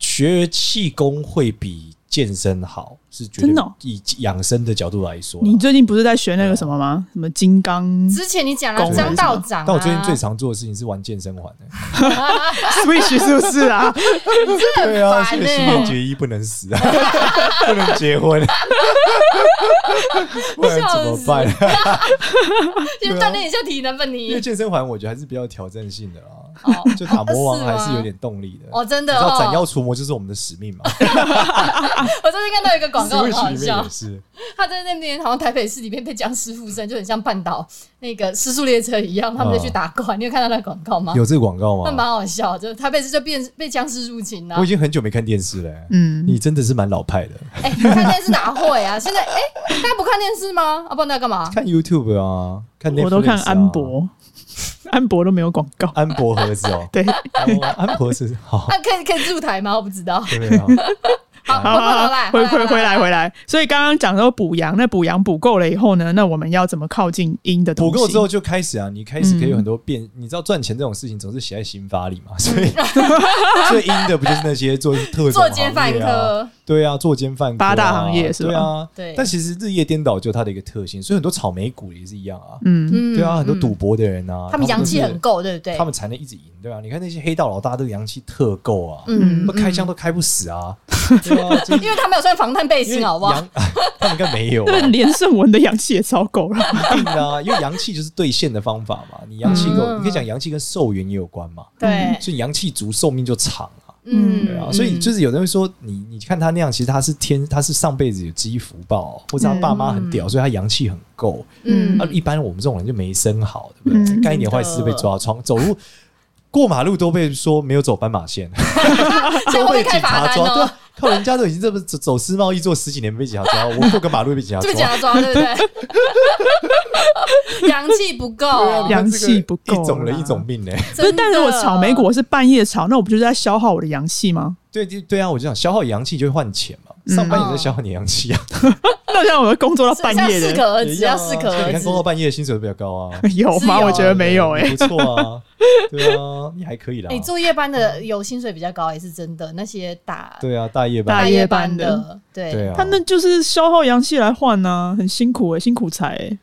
C: 学气功会比健身好，是绝
A: 真
C: 对
A: 的哦
C: 以养生的角度来说啦。
A: 你最近不是在学那个什么吗？什么金刚
B: 之前你讲了
A: 狗还是
B: 张道长、啊，
C: 但我最近最常做的事情是玩健身
B: [LAUGHS]
C: 环、欸，
A: Switch 是不是
C: [LAUGHS]
A: 啊？
C: 对啊，所
B: 烦
C: 以
B: 欸
C: 新年决议不能
B: [LAUGHS]
C: 死啊，不能结婚，不然怎么办？啊
B: 就锻炼一下体能吧
C: 因为
B: 你。
C: 健身环我觉得还是比较有挑战性的啦，
B: 哦
C: 就打魔王
B: 是吗
C: 还是有点动力的。
B: 哦，真
C: 你知
B: 的
C: 道
B: 哦，
C: 斩妖除魔就是我们的使命嘛
B: 我最近看到一个 [LAUGHS]
C: [LAUGHS]
B: 广告很
C: ，Switch
B: 好
C: 里面
B: 笑
C: 也，是，
B: 他在那边好像台北市里面被僵尸附身，就很像半岛那个失速列车一样，他们在去打怪。你有看到那个广告吗？
C: 有这个广告
B: 那
C: 吗？
B: 蛮好笑，就是台北市就变被僵尸入侵了、
C: 我已经很久没看电视了、欸
A: 嗯，
C: 你真的是蛮老派的，
B: 哎、看电视哪会啊？现在哎、大家不看电视吗？啊，不然在干嘛？ [LAUGHS]
C: 看 YouTube 啊，看 Netflix 啊
A: 我都看安，博，安博都没有广
C: [LAUGHS]
A: 告。，
C: 安博盒子哦
A: [LAUGHS] 对，
C: 哦安博是好，
B: 啊，可以可以入台吗？我不知道。
C: 对啊，
B: 好，
A: 好
B: 回
A: 好
B: 来
A: 好，回
B: 回
A: 回回来回来。所以刚刚讲到补阳，那补阳补够了以后呢，那我们要怎么靠近阴的东
C: 补
A: 西？
C: 够之后就开始啊，你开始可以有很多变，你知道赚钱这种事情总是写在心法里嘛，所以最阴的不就是那些做特种
B: 作奸
C: 行
B: 犯
C: 业啊？
B: 科，
C: 对啊，作奸犯科啊
A: 八大行业是吧
C: 对啊，
B: 对
C: 但其实日夜颠倒就它的一个特性，所以很多草莓股也是一样啊，
A: 嗯，
B: 嗯
C: 对啊，很多赌
B: 嗯
C: 博的人啊，
B: 他们阳气
C: 都是
B: 很，够，对不对？
C: 他们才能一直赢，对啊，你看那些黑道老大都阳气特够啊，
B: 嗯
C: 不开枪都开不死
B: [LAUGHS]
C: 啊，对啊，就是
B: 因为他没有穿防弹背
C: 因为
B: 心，好不好？
C: 阳？ [LAUGHS] 他们应该没有、
A: 那
C: 啊，
A: 连胜文的阳气也超够
C: [LAUGHS]
A: 了。
C: 一定的、啊，因为阳气就是兑现的方法嘛。你阳气够，
B: 嗯
C: 你可以讲阳气跟寿元也有关嘛，
B: 对，
C: 所以阳气足，寿命就长啊。
B: 嗯，
C: 对啊，所以就是有人会说你，你看他那样，其实他是天，他是上辈子有积福报，或者他爸妈很屌，所以他阳气很够。啊
B: 嗯
C: 那、一般我们这种人就没生好，对不对？
A: 嗯
C: 干一点坏事被抓窗，走路过马路都被说没有走斑马线，
B: 最
C: 都
B: 后被
C: 被
B: 开
C: 警
B: 罚
C: 察
B: 单
C: 抓。对
B: 哦
C: 啊，靠人家都已经这么走走私贸易做十几年被警察抓，我过个马路被
B: [LAUGHS]
C: 警察
B: 就被警
C: 抓。
B: 察抓，
C: [LAUGHS]
B: 对不对？阳气不够，
C: 啊
A: 阳哦气不够啦
C: 一种人一种命呢、
A: 不是，但是
B: 是
A: 我草莓果，是半夜炒，那我不就是在消耗我的阳气吗？
C: 对对对啊，我就想消耗阳气就会换钱嘛，
A: 嗯
C: 上班
B: 哦
C: 也在消耗你阳气啊，
A: 那像我们工作到
B: 是
A: 半
B: 像
A: 夜
B: 适
A: 的，
B: 可而
C: 也
B: 止，
C: 一样
B: 呃要
C: 啊
B: 适可
C: 所以你
B: 而
C: 看
B: 止
C: 工。作半夜薪水比较高啊，
A: 有
B: 是
A: 吗？[LAUGHS]
B: 有
A: 我觉得没有
C: 对
A: 哎、
C: 不错啊，对啊，你还可以啦
B: [LAUGHS] 你，做夜哎班的有薪水比较高，也是真的。那些打
C: 对啊，大夜班，
A: 大
B: 夜
A: 夜班的
B: 的，对
C: 对啊，
A: 他那就是消耗阳气来换呢、很辛苦哎、辛苦财哎、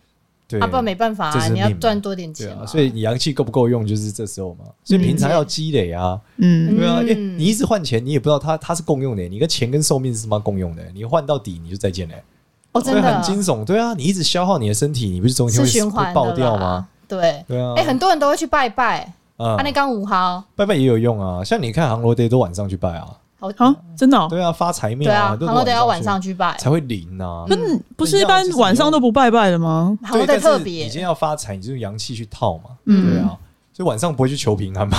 C: 对
B: 啊，不然没办法
C: 这
B: 啊，
C: 是
B: 你要
C: 命嘛
B: 赚多点
C: 对
B: 钱
C: 啊，
B: 嘛。
C: 所以你阳气够不够用，就是这时候嘛，所以平常要积累啊，
A: 嗯，
C: 对啊，因为
B: 嗯
C: 你一直换钱，你也不知道它它是共用的，你跟钱跟寿命是他妈共用的，你换到底你就再见嘞，
B: 哦，
C: 所以
B: 真
C: 很
B: 的
C: 惊悚，对啊，你一直消耗你的身体，你不是总有一天
B: 是
C: 会
B: 循环
C: 会
B: 的
C: 爆掉
B: 啦
C: 吗？？
B: 对，
C: 对啊，
B: 哎，很多人都会去拜拜，
C: 嗯
B: 啊，那刚五号，
C: 拜拜也有用啊，像你看航罗爹都晚上去拜啊，
B: 好，
A: 好、真的、哦。
C: 对啊，发财
B: 对
C: 庙
B: 啊，
C: 都
B: 杭州得要晚
C: 去
B: 上去拜，
C: 才会灵啊。
B: 嗯
A: 嗯，不是一般晚上都不拜拜的吗？
B: 杭
C: 对，
B: 州得
C: 但
B: 特
C: 是你
B: 别
C: 今，天要发财，你就用阳气去套嘛，
A: 嗯
C: 对啊，所以晚上不会去求平安
B: [LAUGHS]
C: 嘛，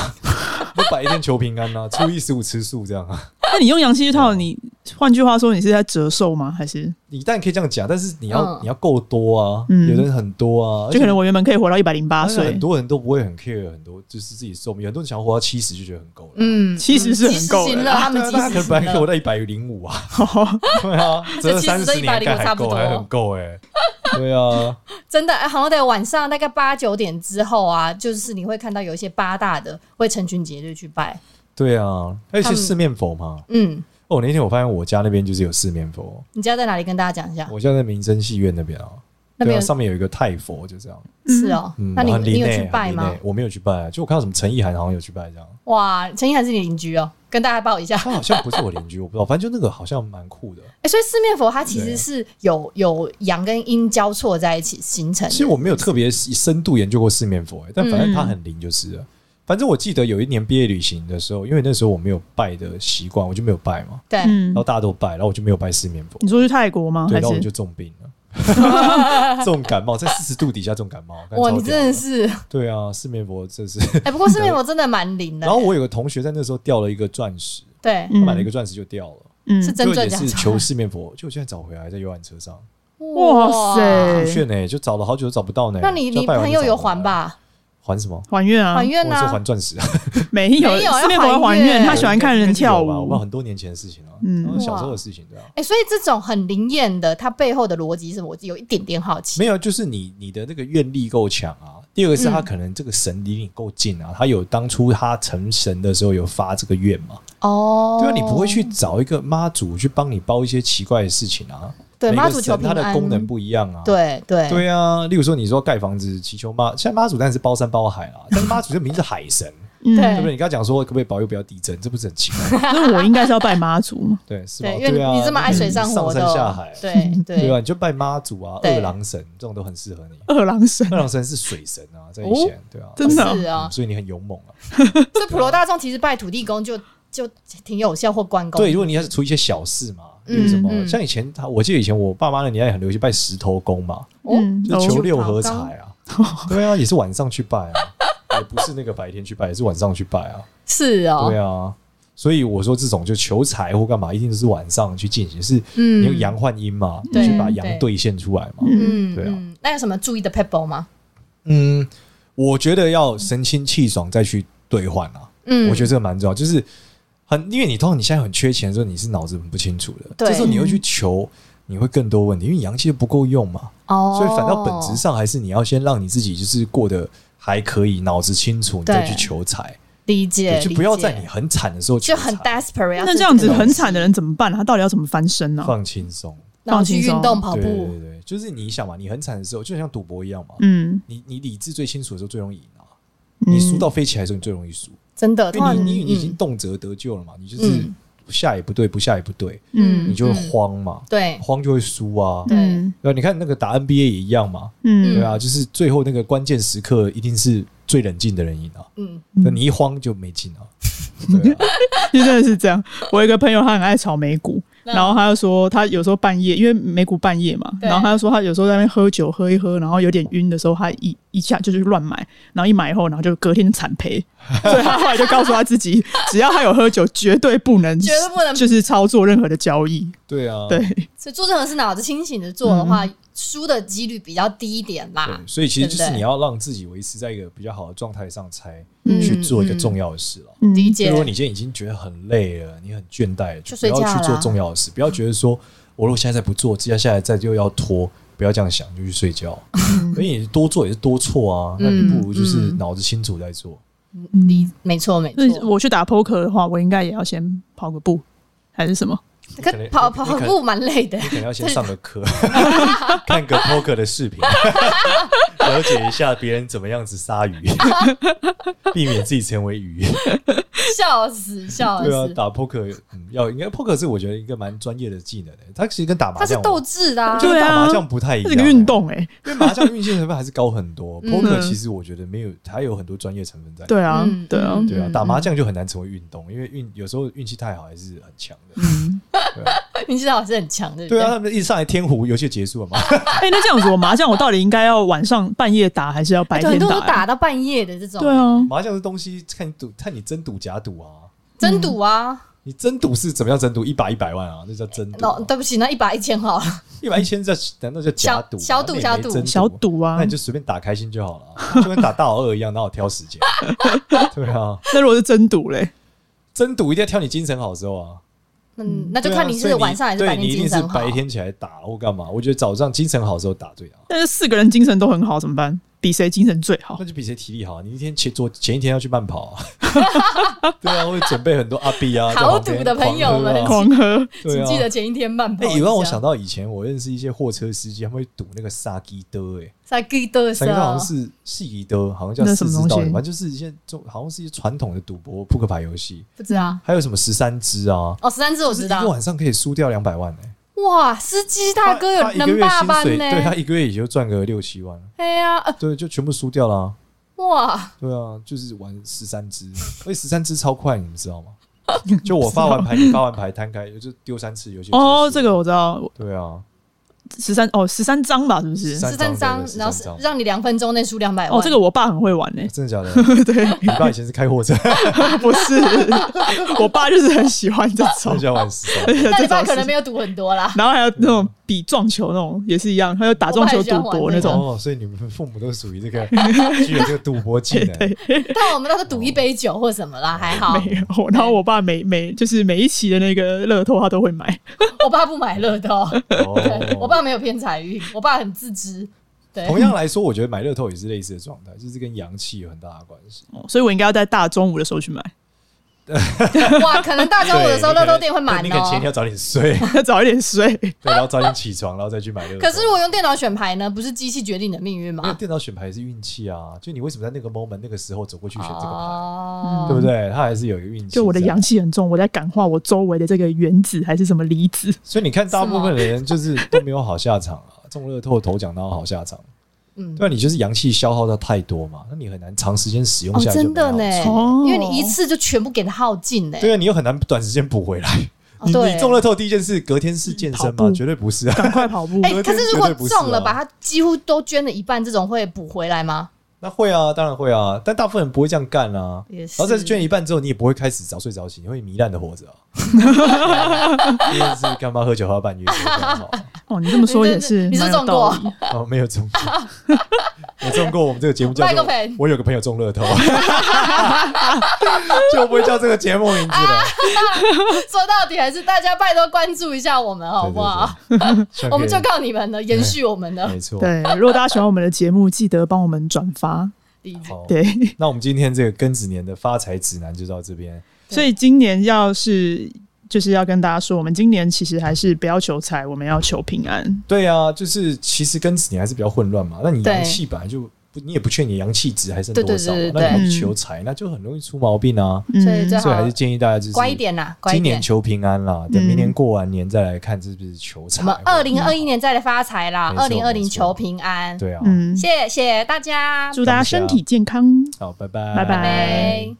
C: 我白天求平安啊，初一十五吃素这样啊。
A: 那你用阳气去套，你换句话说，你是在折寿吗？还是
C: 你当然可以这样讲，但是你要、
B: 嗯
C: 你要够多啊，
A: 嗯
C: 有的人很多啊，而且
A: 就可能我原本啊可以活到一百零八
C: 而且
A: 岁
C: 很，多人都不会很 care 很多，就是自己寿命，很多人想要活到七十就觉得很够了。
B: 嗯，
A: 其实是很够
B: 及
A: 的
B: 时行乐，他们
C: 对啊
B: 及
C: 那可
B: 时
C: 能本来
B: 行
C: 可以活
B: 乐，
C: 到一百零五啊，
A: 哦
C: 对
B: [LAUGHS]
C: 啊，折
B: 这其
C: 三
B: 实跟
C: 十年
B: 105
C: 干还
B: 差不
C: 够，
B: 多
C: 还很够哎、对啊，
B: 真的，哎好像得晚上大概八九点之后啊，就是你会看到有一些八大的会成群结队去拜，
C: 对啊，而
B: 他
C: 且
B: 们
C: 四面佛嘛。
B: 嗯，
C: 哦，那天我发现我家那边就是有四面佛，
B: 你家在哪里？跟大家讲一下，
C: 我家在民生戏院那边啊，
B: 那
C: 哦对
B: 边
C: 啊，
B: 有
C: 上面有一个泰佛，就这样。
B: 是哦，
C: 嗯，
B: 那你
C: 很
B: 你
C: 灵
B: 有
C: 欸
B: 去拜？
C: 很
B: 吗
C: 灵欸？我没有去拜，就我看到什么陈意涵好像有去拜这样，
B: 哇，陈意涵是你邻居哦，跟大家报一下。
C: 他好像不是我邻居，我不知道，反正就那个好像蛮酷的。
B: 哎，所以四面佛它其
C: 对
B: 实是有有阳跟阴交错在一起形成的。嗯
C: 其实我没有特别深度研究过四面佛、欸，但反正他很灵就是了。反正我记得有一年毕业旅行的时候，因为那时候我没有拜的习惯，我就没有拜嘛，
B: 对，
A: 嗯
C: 然后，大家都拜，然后我就没有拜四面佛，
B: 哦
A: 你说去泰国吗？
C: 对，
A: 还
C: 然后我
A: 是
C: 就重病了，
B: [LAUGHS]
C: 重感冒，在四十度底下重感冒，干
B: 哇，
C: 超
B: 你
C: 屌
B: 真的是
C: 对啊，四面佛这是。
B: 哎，不过四面佛真的蛮灵
C: [LAUGHS]
B: 的
C: 然。后我有个同学在那时候掉了一个钻石，
B: 对，
C: 他
A: 嗯
C: 买了一个钻石就掉了，
A: 嗯
B: 是
C: 就
B: 真啊
C: 也
B: 正讲
C: 是求四面佛，就我现在找回来在游览车上，
A: 哇塞
C: 酷炫呢，就找了好久都找不到呢。
B: 那你
C: 就
B: 你
C: 拜完
B: 朋
C: 就
B: 友
C: 找
B: 有
C: 回来
B: 还？吧？
C: 还什么？
A: 还愿啊
B: 还？
C: 我
B: 愿
C: 说
B: 啊
C: 还？钻石啊，
A: 没有，
B: 没有要
A: 四面佛要
B: 还
A: 还
B: 愿
A: 愿，他喜欢看人跳
C: 我们
A: 舞。
C: 很多年前的事情了，
A: 嗯
C: 然后小时候的事情对啊。
B: 哎、所以这种很灵验的，它背后的逻辑是我有一点点好奇。
C: 没有，就是你你的那个愿力够强啊。第二个是
B: 嗯
C: 他可能这个神离你够近啊，他有当初他成神的时候有发这个愿嘛，
B: 哦，
C: 对啊，你不会去找一个妈祖去帮你包一些奇怪的事情啊。
B: 对
C: 每个
B: 妈祖求
C: 神它
B: 平
C: 的
B: 安
C: 功能不一样啊。
B: 对对
C: 对啊，例如说你说盖房子祈求妈，现在妈祖当然是包山包海
B: [LAUGHS]
C: 啦，但是妈祖这名字海神，
A: 嗯，
B: 对
C: 对啊不对？你刚刚讲说可不可以保佑不要地震，这不是很奇怪？
A: 那我应该是要拜妈祖
C: [LAUGHS]
A: 嘛。
C: 对，是吧？
B: 对，因为
C: 对啊，
B: 你这么爱水上活
C: 山
B: 的
C: 下
B: 哦
C: 海，，
B: 对
C: [LAUGHS] 对啊，
B: 对
C: 你就拜妈祖啊、
B: 对
C: 二郎神这种都很适合你。
A: 二郎神
C: 二郎神是水神啊，在以前，对啊，
A: 真的哦
B: 是啊
C: 嗯，所以你很勇猛啊。
B: 所以普罗大众其实拜土地公就就挺有效或关公，
C: 对，如果你要是出一些小事嘛，
B: 嗯
C: 例如什么，
B: 嗯
C: 像以前他，我记得以前我爸妈那年代很流行拜石头公嘛，
B: 哦
A: 嗯
C: 就求六合彩
B: 哦
C: 啊，对啊，也是晚上去拜啊， [LAUGHS] 也不是那个白天去拜，也是晚上去拜啊，
B: 是哦
C: 对，啊。所以我说，这种就求财或干嘛，一定是晚上去进行，是
B: 嗯
C: 你用阳换阴嘛，
B: 对
C: 去把阳
B: 对
C: 兑现出来嘛。
A: 嗯，
B: 嗯
C: 对啊
B: 嗯，那有什么注意的 pebble 吗？
C: 嗯，我觉得要神清气爽再去兑换啊，
B: 嗯，
C: 我觉得这个蛮重要，就是很因为你通常你现在很缺钱的时候，你是脑子很不清楚的，
B: 对
C: 这时候你又去求，你会更多问题，因为阳气不够用嘛，
B: 哦，
C: 所以反倒本质上还是你要先让你自己就是过得还可以，脑子清楚，你再
B: 对
C: 去求财，
B: 理解，
C: 对，就不要
B: 理解
C: 在你很惨的时候求
B: 就
C: 财
B: 很 desperate，要
A: 那啊这样子很惨的人怎么办？啊他到底要怎么翻身啊呢？
C: 放轻松，
B: 然后去运动跑
C: 对对
B: 步，
C: 对对，就是你想嘛，你很惨的时候，就像赌博一样嘛，
A: 嗯，
C: 你你理智最清楚的时候最容易赢啊，
A: 嗯
C: 你输到飞起来的时候你最容易输。
B: 真
A: 啊
B: 的，
C: 因为你你
B: 嗯
C: 你已经动辄得救了嘛，你就是
B: 嗯
C: 不下也不对，不下也不对，
A: 嗯
C: 你就会慌嘛，
B: 对
C: 慌就会输啊。
B: 对
A: 嗯
C: 对啊，你看那个打 NBA 也一样嘛，
A: 嗯
C: 对啊，就是最后那个关键时刻一定是最冷静的人赢啊，
B: 嗯，
C: 那你一慌就没劲啊。
A: [LAUGHS]
C: 对啊，
B: [LAUGHS]
A: 就真的是这样。我有一个朋友，他很爱炒美股，
B: 嗯
A: 然后他就说，他有时候半夜，因为美股半夜嘛，
B: 对
A: 然后他就说，他有时候在那边喝酒喝一喝，然后有点晕的时候，他一一下就是乱买，然后一买以后，然后就隔天惨
B: [LAUGHS]
A: 赔。所以他后来就告诉他自己，只要他有喝酒，绝对不能，
B: 绝对不能哦
A: 就是操作任何的交易。
C: 对啊，
A: 对，
B: 所以做任何事脑子清醒的做的话，输的几率比较低一点啦
C: 嗯对，。所以其实就
B: 对
C: 是
B: 不对
C: 你要让自己维持在一个比较好的状态上，才
A: 嗯
C: 去做一个
B: 嗯
C: 重要的事啊了。
A: 嗯
B: 理
C: 就
B: 解
C: 如，果你现在已经觉得很累了，你很倦怠了，
B: 就
C: 就
B: 睡
C: 不
B: 觉
C: 要去做
B: 啦
C: 重要的事，不要觉得说，我如果现在再不做，接下来再就要拖，不要这样想，就去睡觉。所以你多做也是多错啊，那你不如就是
B: 嗯嗯嗯
C: 脑子清楚再做。
B: 理没错没
A: 那
B: 错。
A: 嗯我去打 poker 的话，我应该也要先跑个步，还是什么？
B: 可
C: 可能
B: 跑
C: 你
B: 跑
C: 你可能
B: 步蛮
C: [LAUGHS]
B: 累的，
C: 你可能要先上个
B: [LAUGHS]
C: 课，看个 poker 的视频，了解一下别人怎么样子杀
B: [LAUGHS]
C: 鱼，避免自己成为鱼。
B: 笑死笑
C: 对啊，
B: 死。
C: 打 poker 嗯要应该 poker 是我觉得一个蛮专业的技能诶、它其实跟打麻
B: 他是
C: 将
B: 斗智的啊，
C: 就
A: 对
C: 跟
A: 啊
C: 打麻将不太一
A: 这
C: 样、
A: 是个运动哎、
C: 因为麻将运气成分还是高很多。
B: [LAUGHS] 嗯
C: poker 其实我觉得没有，它有很多专业成分在。
A: 对啊，
B: 嗯
A: 对啊
B: 嗯，
C: 对啊，打麻将就很难成为运动，因为运有时候运气太好还是很强的。
A: 嗯，
B: 你知道我是很强的，
C: [LAUGHS] 对啊，，他们一上来天胡游戏结束了嘛， [LAUGHS]
A: 哎、那这样子，我麻将我到底应该要晚上半夜打，还是要白
B: 哎对，很
A: 天打
B: 多都
A: 呀？
B: 打到半夜的这种，
A: 对啊，
C: 麻将这东西看你赌，看你真赌假赌啊。
B: 真赌啊，
C: 你真赌是怎么样真赌？一把一百万啊，那叫真赌啊、
B: 那对不起，那一把一千好了， [LAUGHS]
C: 一把一千叫难道叫假赌啊？
B: 小小赌
C: 那也没
B: 小赌
C: 真
A: 小赌啊
C: 那你。就随便打开心就好了 [LAUGHS] 啊，就跟打大老二一样，哪有挑时间？ [LAUGHS] 对啊，
A: 那如果是真赌嘞，
C: 真赌一定要挑你精神好的时候啊。
B: 嗯，那就
C: 对啊
B: 看你
C: 所
B: 是
C: 以
B: 晚上还是白
C: 对
B: 天
C: 你一
B: 精
C: 定是
B: 神好。
C: 白天起来打或干嘛？我觉得早上精神好的时候打最好，
A: 但是四个人精神都很好，怎么办？比谁精神最好
B: 哦
C: 那？就比谁体力好。啊你一天前昨前一天要去慢跑、啊， [LAUGHS] 对啊，会准备很多阿 B 啊，在
B: 豪
C: 旁
B: 赌
C: 边
B: 的朋友们
C: 狂喝
A: 狂
C: 啊
A: 喝，
C: 对
B: 请记得
C: 啊。
B: 前一天慢跑
C: 哎、
B: 一下。
C: 也让我想到以前我认识一些货车司机，他们会赌那个沙基德、欸，
B: 在 G 的
C: 哎，沙
B: 时
C: 基德好
B: 候
C: 像，是细吉德，好像叫
A: 那什
C: 四
A: 么
C: 只
A: 东
C: 道
A: 西
C: 理，反正就是一些就好像是一些传统的赌博扑克牌游戏，
B: 不知道
C: 还有什么十三只啊，
B: 哦，十三只我
C: 就
B: 知
C: 是一个
B: 道。
C: 晚上可以输掉两百万哎、
B: 哇，司机大哥有
C: 他他一个
B: 能
C: 月
B: 霸
C: 薪
B: 班
C: 水，
B: 呢？
C: 对他一个月也就赚个六七万，
B: 哎呀，呃
C: 对，就全部输掉了啊、
B: 哇，
C: 对啊，就是玩十三只，
A: [LAUGHS]
C: 而且十三只超快，你们知道吗？就我发完牌，你发完牌摊开，就丢三次游戏。
A: 哦，这个我知道，
C: 对啊，
A: 十三哦，十三张吧，是不是？
C: 13
B: 十三张
C: 张对，对
B: 然后
C: 13张
B: 是让你两分钟内输两百万。
A: 哦，这个我爸很会玩呢、
C: 真的假的？
A: [LAUGHS] 对，
C: 你爸以前是开
A: [LAUGHS]
C: 货车，
A: 不是， [LAUGHS] 我爸就是很喜欢这种
C: 从，小玩十三。 [LAUGHS]
B: 那
A: [LAUGHS]
B: 你
A: 这
B: 爸
A: 种
B: 可能
A: 事
B: 没有赌很多啦。
A: 然后还有那种比撞球那种也是一样，还有打撞球赌博那种，
C: 哦，所以你们父母都属于这
A: [LAUGHS]
C: 个具有这个赌博技能。
B: 但我们倒是赌一杯酒或什么啦，还好。
A: 没有。然后我爸每每就是每一期的那个乐透他都会买，
B: 我爸不买乐透，
C: 哦
B: 对我爸没有偏财运，我爸很自知。对
C: 同样来说，我觉得买乐透也是类似的状态，就是跟阳气有很大的关系。
A: 哦所以我应该要在大中午的时候去买， [LAUGHS]
B: 哇，可能大中午的时候
C: 对你可
B: 乐
C: 能
B: 透店会满
C: 你可能前一天
B: 哦。
C: 要早点睡，
A: 早一点睡。
C: 对，然后早点起床，然后再去买乐透。
B: 可是我用电脑选牌呢，不是机器决定你的命运
C: 因为
B: 吗？
C: 电脑选牌是运气啊，就你为什么在那个 moment 那个时候走过去嗯选这个牌，
B: 哦
C: 对不？对？它还是有一个运气。
A: 就我的阳，气很重，我在感化我周围的这个原子还是什么离子。
C: 所以你看，大部分的人就是都没有好下场啊，中乐透头奖然后好下场，
B: 嗯，
C: 对啊，你就是阳气消耗到太多嘛，那你很难长时间使用
B: 哦，
C: 下去。
B: 真的呢，
A: 哦
B: 因为你一次就全部给它耗尽呢。
C: 嗯对啊，你又很难短时间补回来。
B: 哦
C: 你
B: 对
C: 你中乐透第一件事，隔天是健身
A: 跑
C: 吗？
A: 步
C: 绝对不是啊。
A: 赶快跑步！
B: 哎、
C: 对
B: 可是如果
C: 绝对不是啊
B: 中了，把它几乎都捐了一半，这种会补回来吗？ [LAUGHS]
C: 那会啊，当然会啊，但大部分人不会这样干啊。
B: 也是
C: 然后再捐一半之后，你也不会开始早睡早起，你会糜烂的活着
B: [LAUGHS]
C: 啊。一定是干嘛喝酒喝到半夜，非常好
A: 哦，你这么说也是，
B: 你是
A: 蛮有
B: 中
A: 道
B: 过
A: 理。
C: 哦，没有中过，我中过我们这个节目叫
B: 卖个
C: 做
B: 盆
C: “我有个朋友中乐透”， [LAUGHS] 就不会叫这个节目名字
B: 啊
C: 了，
B: 说到底还是大家拜托关注一下我们好不好？
C: 对？对对嗯希望
B: [LAUGHS] 我们
C: 可
B: 就
C: 以
B: 靠你们了，延续我们的
C: 没错。
A: 对，如果大家喜欢我们的节目，记得帮我们转发。
B: 例子。
C: 好，
B: [LAUGHS]
A: 对，
C: 那我们今天这个庚子年的发财指南就到这边。
A: 所以今年要是就是要跟大家说，我们今年其实还是不要求财，我们要求平安。
C: 对啊，就是其实庚子年还是比较混乱嘛，那你
B: 对
C: 阳气本来就不，你也不确定你阳气值还剩
B: 对对
C: 多少嘛，
B: 对对
C: 那你还
A: 对
C: 去求财，那就很容易出毛病啊。
B: 所以最
C: 所以还
B: 好
C: 是建议大家就是
B: 乖一点啦，乖一
C: 今年
B: 点。
C: 求平安啦，等明年
A: 嗯
C: 过完年再来看是不是求财啊
B: 我
C: 或者。
B: 们二零二一年再来发财啦，
C: 没错
B: 二零二
C: 没
B: 零
C: 错
B: 求平安。
C: 对啊，
A: 嗯，
B: 谢谢大家，
A: 祝大家身体健康，
C: 好，拜拜，
A: 拜拜
B: 拜。